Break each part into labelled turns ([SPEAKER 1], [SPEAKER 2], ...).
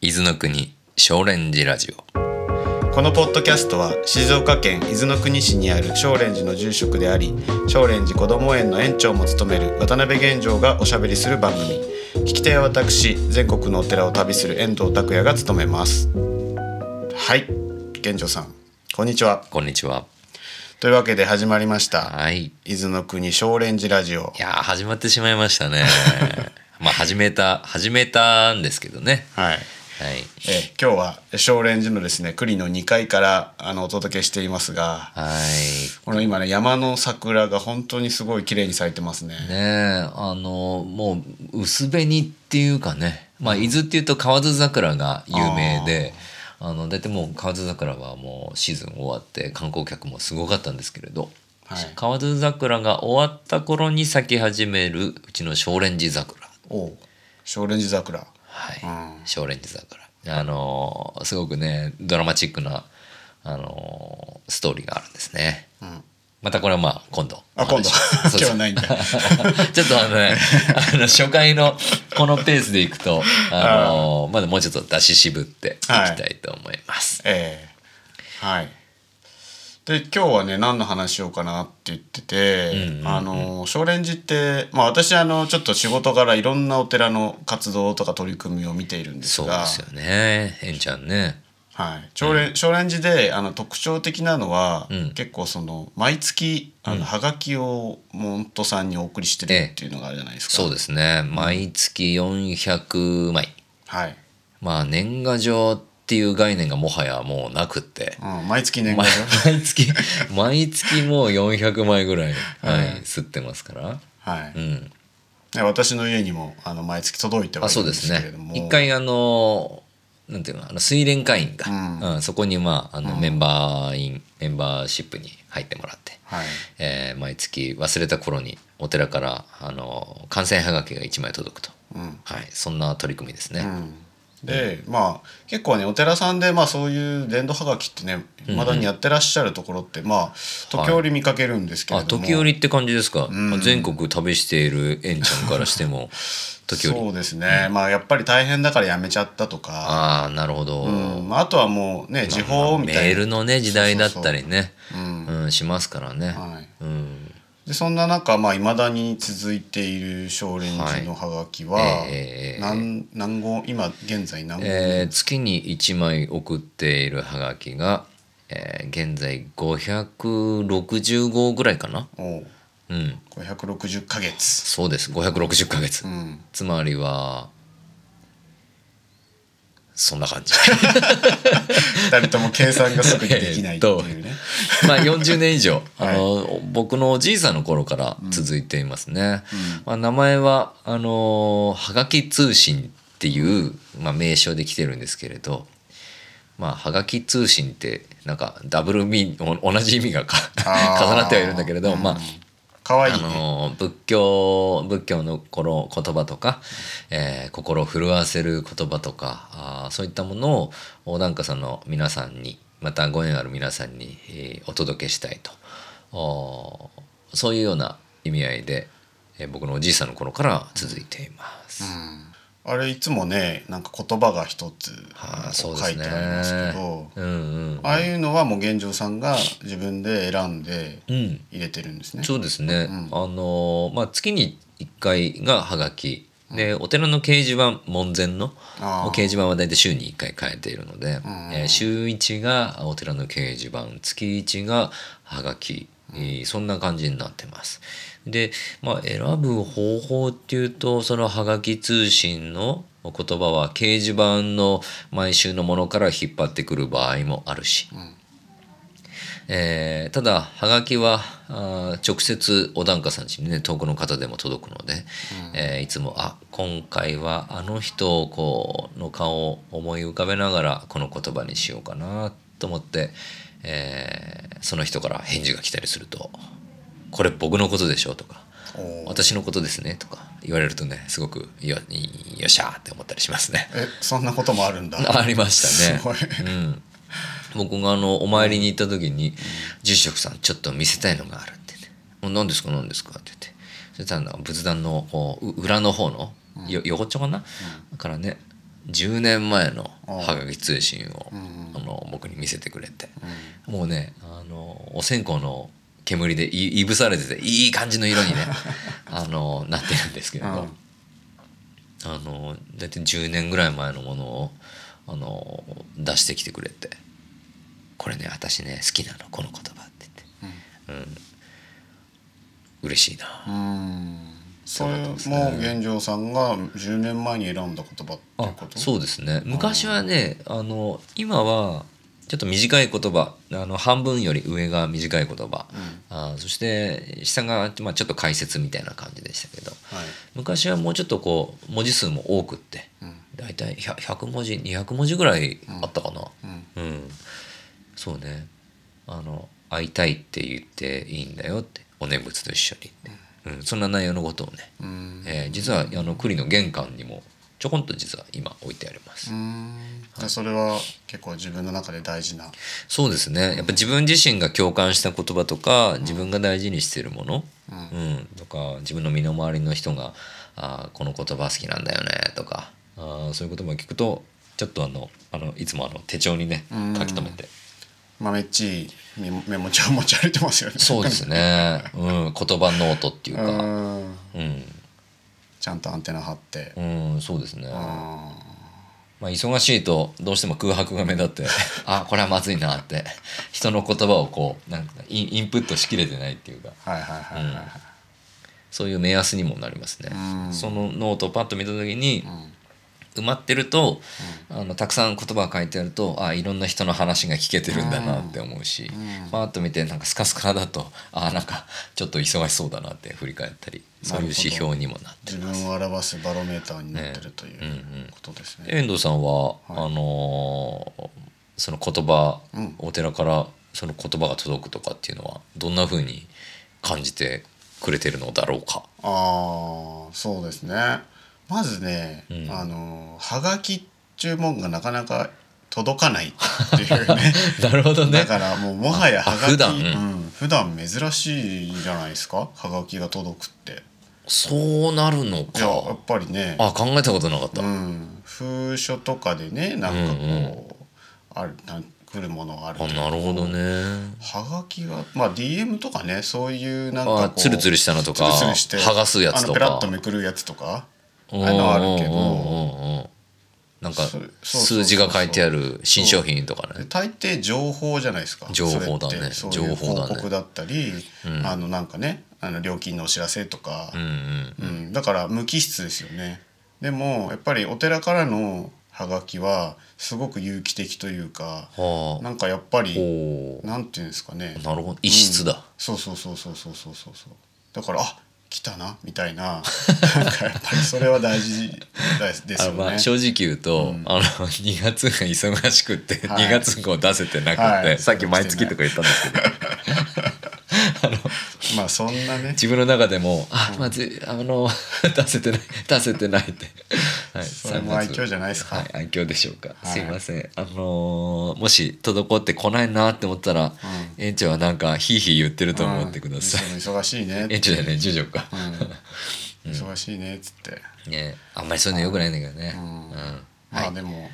[SPEAKER 1] 伊豆の国少蓮寺ラジオ
[SPEAKER 2] このポッドキャストは静岡県伊豆の国市にある少蓮寺の住職であり少蓮寺こども園の園長も務める渡辺玄城がおしゃべりする番組聞き手は私全国のお寺を旅する遠藤拓也が務めますはい玄城さんこんにちは
[SPEAKER 1] こんにちは
[SPEAKER 2] というわけで始まりました
[SPEAKER 1] はいい
[SPEAKER 2] 伊豆の国少蓮寺ラジオ
[SPEAKER 1] やー始まってしまいました ねまあ始めた始めたんですけどね
[SPEAKER 2] はい
[SPEAKER 1] はい
[SPEAKER 2] えー今日は少蓮寺のですね栗の2階からあのお届けしていますが
[SPEAKER 1] はい
[SPEAKER 2] この今ね山の桜が本当にすごい綺麗に咲いてますね。
[SPEAKER 1] ねえあのもう薄紅っていうかねまあ伊豆っていうと河津桜が有名であの大体もう河津桜はもうシーズン終わって観光客もすごかったんですけれど、
[SPEAKER 2] はい
[SPEAKER 1] 河津桜が終わった頃に咲き始めるうちの少林寺桜
[SPEAKER 2] おう少林寺桜。
[SPEAKER 1] はい、
[SPEAKER 2] う
[SPEAKER 1] 少林寺桜あのーすごくねドラマチックな、あのーストーリーがあるんですね
[SPEAKER 2] うん、
[SPEAKER 1] またこれはまあ今度
[SPEAKER 2] あ今度
[SPEAKER 1] そうそう
[SPEAKER 2] 今日はないんだ。
[SPEAKER 1] ちょっとあのね、あの初回のこのペースでいくと、あのまだもうちょっと出し渋っていきたいと思います。
[SPEAKER 2] ええはい。で今日はね何の話しようかなって言ってて、あの少蓮寺ってまあ私あのちょっと仕事からいろんなお寺の活動とか取り組みを見ているんです
[SPEAKER 1] そう
[SPEAKER 2] が。
[SPEAKER 1] ですよね、えんちゃんね。
[SPEAKER 2] はい、少年、少年寺であの特徴的なのは、
[SPEAKER 1] うん
[SPEAKER 2] 結構その毎月あの、はがきをモントさんにお送りしてるっていうのがあるじゃないですか。
[SPEAKER 1] そうですね、毎月400枚。
[SPEAKER 2] はい、
[SPEAKER 1] まあ年賀状っていう概念がもはやもうなくって、
[SPEAKER 2] うん、毎月年賀
[SPEAKER 1] ま
[SPEAKER 2] 状。
[SPEAKER 1] 毎月、毎月もう400枚ぐらい、はい、吸ってますから。
[SPEAKER 2] はい、
[SPEAKER 1] うん。
[SPEAKER 2] で私の家にもあの毎月届いては
[SPEAKER 1] あ
[SPEAKER 2] い
[SPEAKER 1] そ
[SPEAKER 2] る
[SPEAKER 1] うん
[SPEAKER 2] で
[SPEAKER 1] です
[SPEAKER 2] すけ
[SPEAKER 1] ね
[SPEAKER 2] れども、
[SPEAKER 1] 一回あのなんていうのあの水蓮会員か、う
[SPEAKER 2] う
[SPEAKER 1] んそこにまああのメンバーイン、メンバーシップに入ってもらって、
[SPEAKER 2] はい、
[SPEAKER 1] えー毎月忘れた頃にお寺からあの感染はがきが1枚届くと、
[SPEAKER 2] うん
[SPEAKER 1] はい、そんな取り組みですね、
[SPEAKER 2] うんでまあ結構ねお寺さんで、まあ、そういう伝道はがきってねいまだにやってらっしゃるところって、まあ時折見かけるんですけれ
[SPEAKER 1] あ
[SPEAKER 2] ども、
[SPEAKER 1] 時折って感じですか、全国旅しているえんちゃんからして も時折
[SPEAKER 2] そうですね、まあやっぱり大変だからやめちゃったとか。
[SPEAKER 1] ああなるほど、
[SPEAKER 2] うんまあ、あとはもうね時報みたいな、
[SPEAKER 1] メールのね時代だったりね
[SPEAKER 2] うん
[SPEAKER 1] うんしますからね、
[SPEAKER 2] はい、
[SPEAKER 1] うん
[SPEAKER 2] でそんな中まあ、未だに続いている少林寺のハガキは、
[SPEAKER 1] はいえー
[SPEAKER 2] 何何号今現在何号、
[SPEAKER 1] えー月に1枚送っているハガキが、えー現在560号ぐらいかな
[SPEAKER 2] おう
[SPEAKER 1] うん
[SPEAKER 2] 560ヶ月、
[SPEAKER 1] そうです560ヶ月、
[SPEAKER 2] うん、
[SPEAKER 1] つまりはそんな感じ
[SPEAKER 2] 2人とも計算がすぐにできないっていう ね、
[SPEAKER 1] まあ40年以上、
[SPEAKER 2] はい
[SPEAKER 1] あの僕のおじいさんの頃から続いていますね、まあ、名前はあのーはがき通信っていう、まあ、名称で来てるんですけれどまあはがき通信ってなんかダブルミー同じ意味がか
[SPEAKER 2] あー
[SPEAKER 1] 重なってはいるんだけれど、まあ
[SPEAKER 2] かわいい
[SPEAKER 1] あ
[SPEAKER 2] ね、
[SPEAKER 1] のー仏教仏教の頃言葉とか、えー心を震わせる言葉とかあーそういったものをなんかその皆さんにまたご縁ある皆さんに、えーお届けしたいとおーそういうような意味合いで、えー僕のおじいさんの頃から続いています。
[SPEAKER 2] うんあれいつもねなんか言葉が一つ
[SPEAKER 1] あー
[SPEAKER 2] 書
[SPEAKER 1] そう
[SPEAKER 2] い
[SPEAKER 1] で
[SPEAKER 2] てあり
[SPEAKER 1] すね
[SPEAKER 2] ますけど
[SPEAKER 1] うんうん
[SPEAKER 2] ああいうのはもう現状さんが自分で選んで
[SPEAKER 1] うん
[SPEAKER 2] 入れてるんですね、
[SPEAKER 1] そうですね、
[SPEAKER 2] うん
[SPEAKER 1] あのまあ月に1回がはがきでお寺の掲示板門前の
[SPEAKER 2] あー
[SPEAKER 1] 掲示板は大体週に1回変えているので、
[SPEAKER 2] ん
[SPEAKER 1] えー週1がお寺の掲示板月1がはがき、えーそんな感じになってます。で、まあ、選ぶ方法っていうとそのはがき通信の言葉は掲示板の毎週のものから引っ張ってくる場合もあるし、えーただはがきはあー直接お檀家さんちにね遠くの方でも届くので、えーいつもあ今回はあの人をこうの顔を思い浮かべながらこの言葉にしようかなと思って、えーその人から返事が来たりすると「これ僕のことでしょ」とか
[SPEAKER 2] お
[SPEAKER 1] 「
[SPEAKER 2] ー
[SPEAKER 1] 私のことですね」とか言われるとねすごくよよっしゃーって思ったりします ね。
[SPEAKER 2] えそんなこともあるんだ
[SPEAKER 1] ありましたね。
[SPEAKER 2] すごい
[SPEAKER 1] うん、僕があのお参りに行った時に「住職さんちょっと見せたいのがある」って言って「もう何ですか何ですか」って言ってそしたら仏壇のこうう裏の方のよ横っちょかな、からね10年前の「
[SPEAKER 2] ああ
[SPEAKER 1] はがき通信を」
[SPEAKER 2] うん
[SPEAKER 1] あの僕に見せてくれて、もうねあのお線香の煙でいいぶされてていい感じの色に ねあのなってるんですけれど、
[SPEAKER 2] うん
[SPEAKER 1] あの大体10年ぐらい前のものをあの出してきてくれて「これね私ね好きなのこの言葉」って言って、うん、嬉しいな。
[SPEAKER 2] うんそ
[SPEAKER 1] そう
[SPEAKER 2] れ
[SPEAKER 1] だったんですね
[SPEAKER 2] も現状さんが10年前に選んだ言葉っていうこと
[SPEAKER 1] そうですね昔はねあの今はちょっと短い言葉あの半分より上が短い言葉、あそして下が、まあ、ちょっと解説みたいな感じでしたけど
[SPEAKER 2] はい
[SPEAKER 1] 昔はもうちょっとこう文字数も多くって、大体100 100文字200文字ぐらいあったかな、うんそうねあの「会いたい」って言っていいんだよってお念仏と一緒にって、うん、そんな内容のことをね、
[SPEAKER 2] うん
[SPEAKER 1] えー実はあの栗の玄関にもちょこんと実は今置いてあります、
[SPEAKER 2] うんじゃあそれは結構自分の中で大事な
[SPEAKER 1] そうですねやっぱ自分自身が共感した言葉とか自分が大事にしているもの、うんとか自分の身の回りの人が「あーこの言葉好きなんだよね」とかあーそういう言葉を聞くとちょっとあのあのいつもあの手帳にね
[SPEAKER 2] うん
[SPEAKER 1] 書き留めて。
[SPEAKER 2] 豆っちいメモメモ帳を持ち歩いてますよね
[SPEAKER 1] そうですね、うん、言葉ノートっていう
[SPEAKER 2] う
[SPEAKER 1] か、
[SPEAKER 2] ん
[SPEAKER 1] うん、
[SPEAKER 2] ちゃんとアンテナ張って
[SPEAKER 1] うん、そうですね。
[SPEAKER 2] うん
[SPEAKER 1] まあ、忙しいとどうしても空白が目立ってあこれはまずいなって人の言葉をこうなんかインインプットしきれてないっていうか
[SPEAKER 2] はいはいはいはいはい
[SPEAKER 1] そういう目安にもなりますね
[SPEAKER 2] う。ん
[SPEAKER 1] そのノートをパッと見た時に埋まってると、あのたくさん言葉が書いてあるとあいろんな人の話が聞けてるんだなって思うし、パッと見てなんかスカスカだとあなんかちょっと忙しそうだなって振り返ったりそういう指標にもなって
[SPEAKER 2] 自分を表すバロメーターになってるということですね。
[SPEAKER 1] 遠藤さんは、あのーその言葉、お寺からその言葉が届くとかっていうのはどんな風に感じてくれてるのだろうか。
[SPEAKER 2] ああそうですね。まずね、
[SPEAKER 1] ん
[SPEAKER 2] あのはがき注文がなかなか届かないっていう ね。
[SPEAKER 1] なるほど
[SPEAKER 2] だからもうもはや
[SPEAKER 1] あ
[SPEAKER 2] はがき
[SPEAKER 1] 普段
[SPEAKER 2] うん、普段珍しいじゃないですかはがきが届くって。
[SPEAKER 1] そうなるの
[SPEAKER 2] じゃあやっ
[SPEAKER 1] か。
[SPEAKER 2] ぱりね
[SPEAKER 1] あ考えたことなかった。
[SPEAKER 2] うん、封書とかでねなんかこう、
[SPEAKER 1] うん
[SPEAKER 2] あるなん来るものがある
[SPEAKER 1] あなるほどね。
[SPEAKER 2] はがきがまあ DM とかねそういうなんかこ
[SPEAKER 1] あ
[SPEAKER 2] う
[SPEAKER 1] ツルツルしたのとか
[SPEAKER 2] ツルツルして
[SPEAKER 1] 剥がすやつとか
[SPEAKER 2] あのペラッとめくるやつとか
[SPEAKER 1] うん
[SPEAKER 2] あのあるけど
[SPEAKER 1] うんうんうんなんか
[SPEAKER 2] そうそうそうそ
[SPEAKER 1] 数
[SPEAKER 2] う
[SPEAKER 1] 字が書いてある新商品とか
[SPEAKER 2] で
[SPEAKER 1] ね。
[SPEAKER 2] 大抵情報じゃないですか
[SPEAKER 1] 情報だね
[SPEAKER 2] それってそういう
[SPEAKER 1] 情報だね
[SPEAKER 2] 広告だったり、あのなんかねあの料金のお知らせとか
[SPEAKER 1] う、んうん。
[SPEAKER 2] うんだから無機質ですよねでもやっぱりお寺からのはがきはすごく有機的というか
[SPEAKER 1] はあ。
[SPEAKER 2] なんかやっぱり
[SPEAKER 1] おお。
[SPEAKER 2] なんていうんですかね
[SPEAKER 1] なるほど一室だ。
[SPEAKER 2] そうそうそうそうそうそうそうそうだからあ来たなみた いななんかやっぱりそれは大事ですです
[SPEAKER 1] あ
[SPEAKER 2] よね。
[SPEAKER 1] まあ正直言うと、あの2月が忙しくて、
[SPEAKER 2] はい
[SPEAKER 1] 2月号出せてなくて、
[SPEAKER 2] はい
[SPEAKER 1] さっき毎月とか言ったんですけど
[SPEAKER 2] まあそんなね
[SPEAKER 1] 自分の中でも「あまずいあの 出せてない出せてない」って、はい、
[SPEAKER 2] それも愛嬌じゃないですか
[SPEAKER 1] はい、愛嬌でしょうか、
[SPEAKER 2] はい
[SPEAKER 1] すいませんあのーもし滞ってこないなって思ったら、園長はなんかヒーヒー言ってると思ってください、
[SPEAKER 2] うん忙しいね
[SPEAKER 1] 園長だよね十条か、
[SPEAKER 2] 忙しいねっつって、
[SPEAKER 1] ねあんまりそういうのよくないんだけどね、
[SPEAKER 2] ん
[SPEAKER 1] うん
[SPEAKER 2] まあでも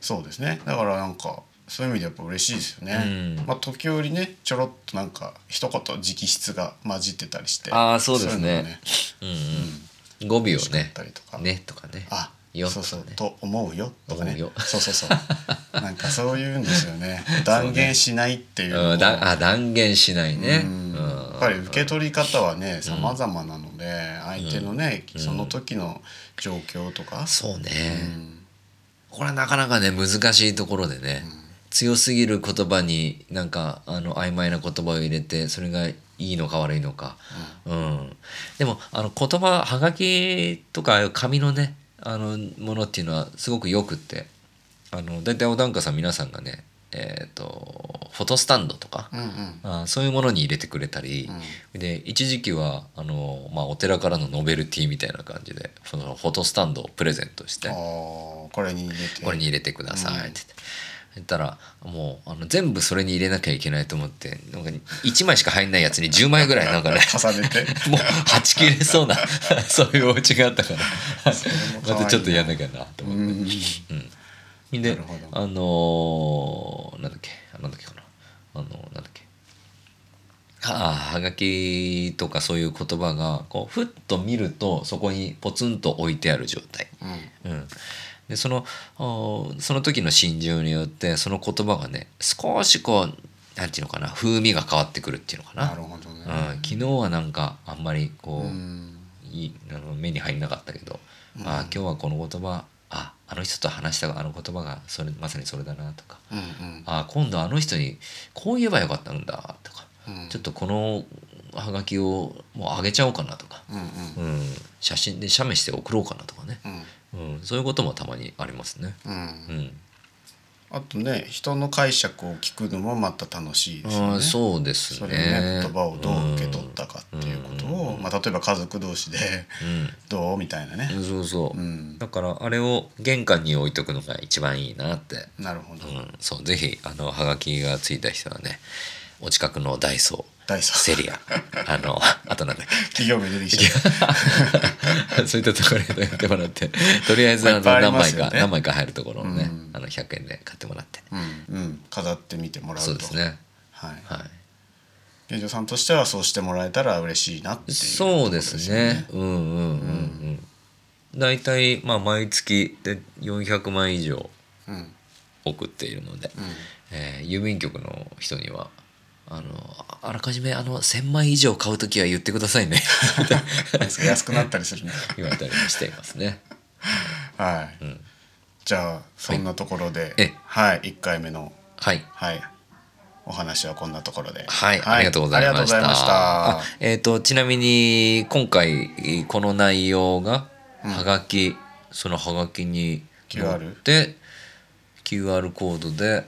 [SPEAKER 2] そうですねだからなんかそういう意味でやっぱ嬉しいですよね、
[SPEAKER 1] うん
[SPEAKER 2] まあ時折ねちょろっとなんか一言直筆が混じってたりして
[SPEAKER 1] あーそうですね
[SPEAKER 2] いの
[SPEAKER 1] う
[SPEAKER 2] も
[SPEAKER 1] んうん、語尾をね
[SPEAKER 2] たりとか
[SPEAKER 1] 「ね」とかね
[SPEAKER 2] あ
[SPEAKER 1] よ
[SPEAKER 2] そうそう
[SPEAKER 1] とかね
[SPEAKER 2] と思うよとかね
[SPEAKER 1] 思うよ
[SPEAKER 2] そうそうそう なんかそういうんですよね断言しないっていうの
[SPEAKER 1] う
[SPEAKER 2] を
[SPEAKER 1] ん、だあ断言しないね。
[SPEAKER 2] うん
[SPEAKER 1] う
[SPEAKER 2] や
[SPEAKER 1] ん
[SPEAKER 2] っぱり受け取り方はね様々なので、相手のね、その時の状況とか、
[SPEAKER 1] そうね、
[SPEAKER 2] うん
[SPEAKER 1] これはなかなかね難しいところでね、強すぎる言葉になんかあの曖昧な言葉を入れてそれがいいのか悪いのか、うんでもあの言葉はがきとかああいう紙のねあのものっていうのはすごくよくってあの大体お檀家さん皆さんがねえっ、とフォトスタンドとか、
[SPEAKER 2] うんうん
[SPEAKER 1] あーそういうものに入れてくれたり、で一時期はあの、まあ、お寺からのノベルティみたいな感じでそのフォトスタンドをプレゼントして
[SPEAKER 2] あーこれに入れて
[SPEAKER 1] これに入れてくださいって言って、言ったらもうあの全部それに入れなきゃいけないと思ってなんか1枚しか入んないやつに10枚ぐらいなん かね
[SPEAKER 2] 重 ねて
[SPEAKER 1] もうはち切れそうな そういうお家があったから
[SPEAKER 2] それも可愛い
[SPEAKER 1] ま
[SPEAKER 2] な
[SPEAKER 1] たちょっとやんなきゃなと
[SPEAKER 2] う
[SPEAKER 1] 思って。
[SPEAKER 2] んな
[SPEAKER 1] で
[SPEAKER 2] るほど
[SPEAKER 1] あのーなんだっけあなんだっけかなあのーなんだっけはあはがきとかそういう言葉がこうふっと見るとそこにポツンと置いてある状態、
[SPEAKER 2] うん
[SPEAKER 1] うん、でそのおその時の心情によってその言葉がね少しこうなんていうのかな風味が変わってくるっていうのかな
[SPEAKER 2] なるほどね
[SPEAKER 1] うん、昨日はなんかあんまりこう、
[SPEAKER 2] うん
[SPEAKER 1] いいあの目に入んなかったけど、ああ今日はこの言葉ああの人と話したあの言葉がそれまさにそれだなとか
[SPEAKER 2] うんうん
[SPEAKER 1] ああ今度あの人にこう言えばよかったんだとか、
[SPEAKER 2] うん
[SPEAKER 1] ちょっとこのハガキをもうあげちゃおうかなとか、
[SPEAKER 2] うん
[SPEAKER 1] うん、写真で写メして送ろうかなとかね、
[SPEAKER 2] うん
[SPEAKER 1] うん、そういうこともたまにありますね。
[SPEAKER 2] うん
[SPEAKER 1] う
[SPEAKER 2] うん
[SPEAKER 1] ん
[SPEAKER 2] あとね人の解釈を聞くのもまた楽しいですよ
[SPEAKER 1] あ
[SPEAKER 2] ね
[SPEAKER 1] あそうです
[SPEAKER 2] そ
[SPEAKER 1] ね。
[SPEAKER 2] れね言葉をどう受け取ったかっていうことを、まあ、例えば家族同士で
[SPEAKER 1] う ん
[SPEAKER 2] 「どう?」みたいな
[SPEAKER 1] う
[SPEAKER 2] ね、
[SPEAKER 1] ん、そうそう、
[SPEAKER 2] うん、
[SPEAKER 1] だからあれを玄関に置いとくのが一番いいなって
[SPEAKER 2] なるほど、
[SPEAKER 1] うん、そうぜひあのハガキがついた人はねお近くのダイソー
[SPEAKER 2] ダイソー
[SPEAKER 1] セリ アあのあとなんだっ
[SPEAKER 2] 企業名出てきちゃっ
[SPEAKER 1] け そういったところで買ってもらってとりあえず
[SPEAKER 2] まあ
[SPEAKER 1] あ
[SPEAKER 2] い
[SPEAKER 1] の
[SPEAKER 2] っぱいあり
[SPEAKER 1] 何
[SPEAKER 2] ま
[SPEAKER 1] 枚
[SPEAKER 2] すよね
[SPEAKER 1] か何枚か入るところをね、
[SPEAKER 2] うん
[SPEAKER 1] あの100円で買ってもらって
[SPEAKER 2] た、うんうん、飾ってみてもらうと
[SPEAKER 1] そうです、ね
[SPEAKER 2] はい、
[SPEAKER 1] は
[SPEAKER 2] 現状さんとしてはそうしてもらえたら嬉しいなってい
[SPEAKER 1] いうそうですねうんうんうんうん、大体まあ毎月で400枚以上
[SPEAKER 2] うんうん
[SPEAKER 1] 送っているので、えー郵便局の人にはあのあらかじめあの1,000枚以上買う時は言ってくださいね
[SPEAKER 2] 安くなったりするね
[SPEAKER 1] 言われたりもしていますね。
[SPEAKER 2] はい、じゃあそんなところで
[SPEAKER 1] え
[SPEAKER 2] はい、一1回目の
[SPEAKER 1] はい
[SPEAKER 2] はいお話はこんなところでは
[SPEAKER 1] はい、ありがとうございました。
[SPEAKER 2] ありがとうございました
[SPEAKER 1] あえっ、と、ちなみに、今回、この内容が、はがき、そのはがきに載
[SPEAKER 2] QR
[SPEAKER 1] って、QR コードで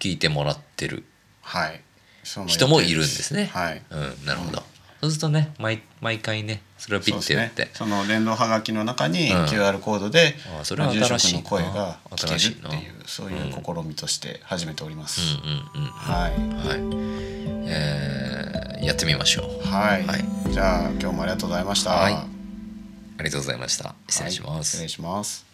[SPEAKER 1] 聞いてもらってる。
[SPEAKER 2] はいその予定
[SPEAKER 1] 人もいるんですね
[SPEAKER 2] はい
[SPEAKER 1] うん、なるほど。そうするとね、毎毎回ね、それをピ
[SPEAKER 2] そう
[SPEAKER 1] ッ
[SPEAKER 2] で
[SPEAKER 1] て
[SPEAKER 2] す
[SPEAKER 1] やっ
[SPEAKER 2] ね
[SPEAKER 1] て、。
[SPEAKER 2] その連動はがきの中に
[SPEAKER 1] うん
[SPEAKER 2] QR コードで、
[SPEAKER 1] あそれは
[SPEAKER 2] 住
[SPEAKER 1] 新しい
[SPEAKER 2] 職の声が聞
[SPEAKER 1] 新し
[SPEAKER 2] け
[SPEAKER 1] い
[SPEAKER 2] るっ
[SPEAKER 1] な
[SPEAKER 2] ていうそういう試みとして始めております、
[SPEAKER 1] うんうんうん。
[SPEAKER 2] はい、
[SPEAKER 1] はい。えーやってみましょう。
[SPEAKER 2] はい
[SPEAKER 1] はい
[SPEAKER 2] じゃあ今日もありがとうございました、
[SPEAKER 1] はいありがとうございました。失礼します。
[SPEAKER 2] はい失礼します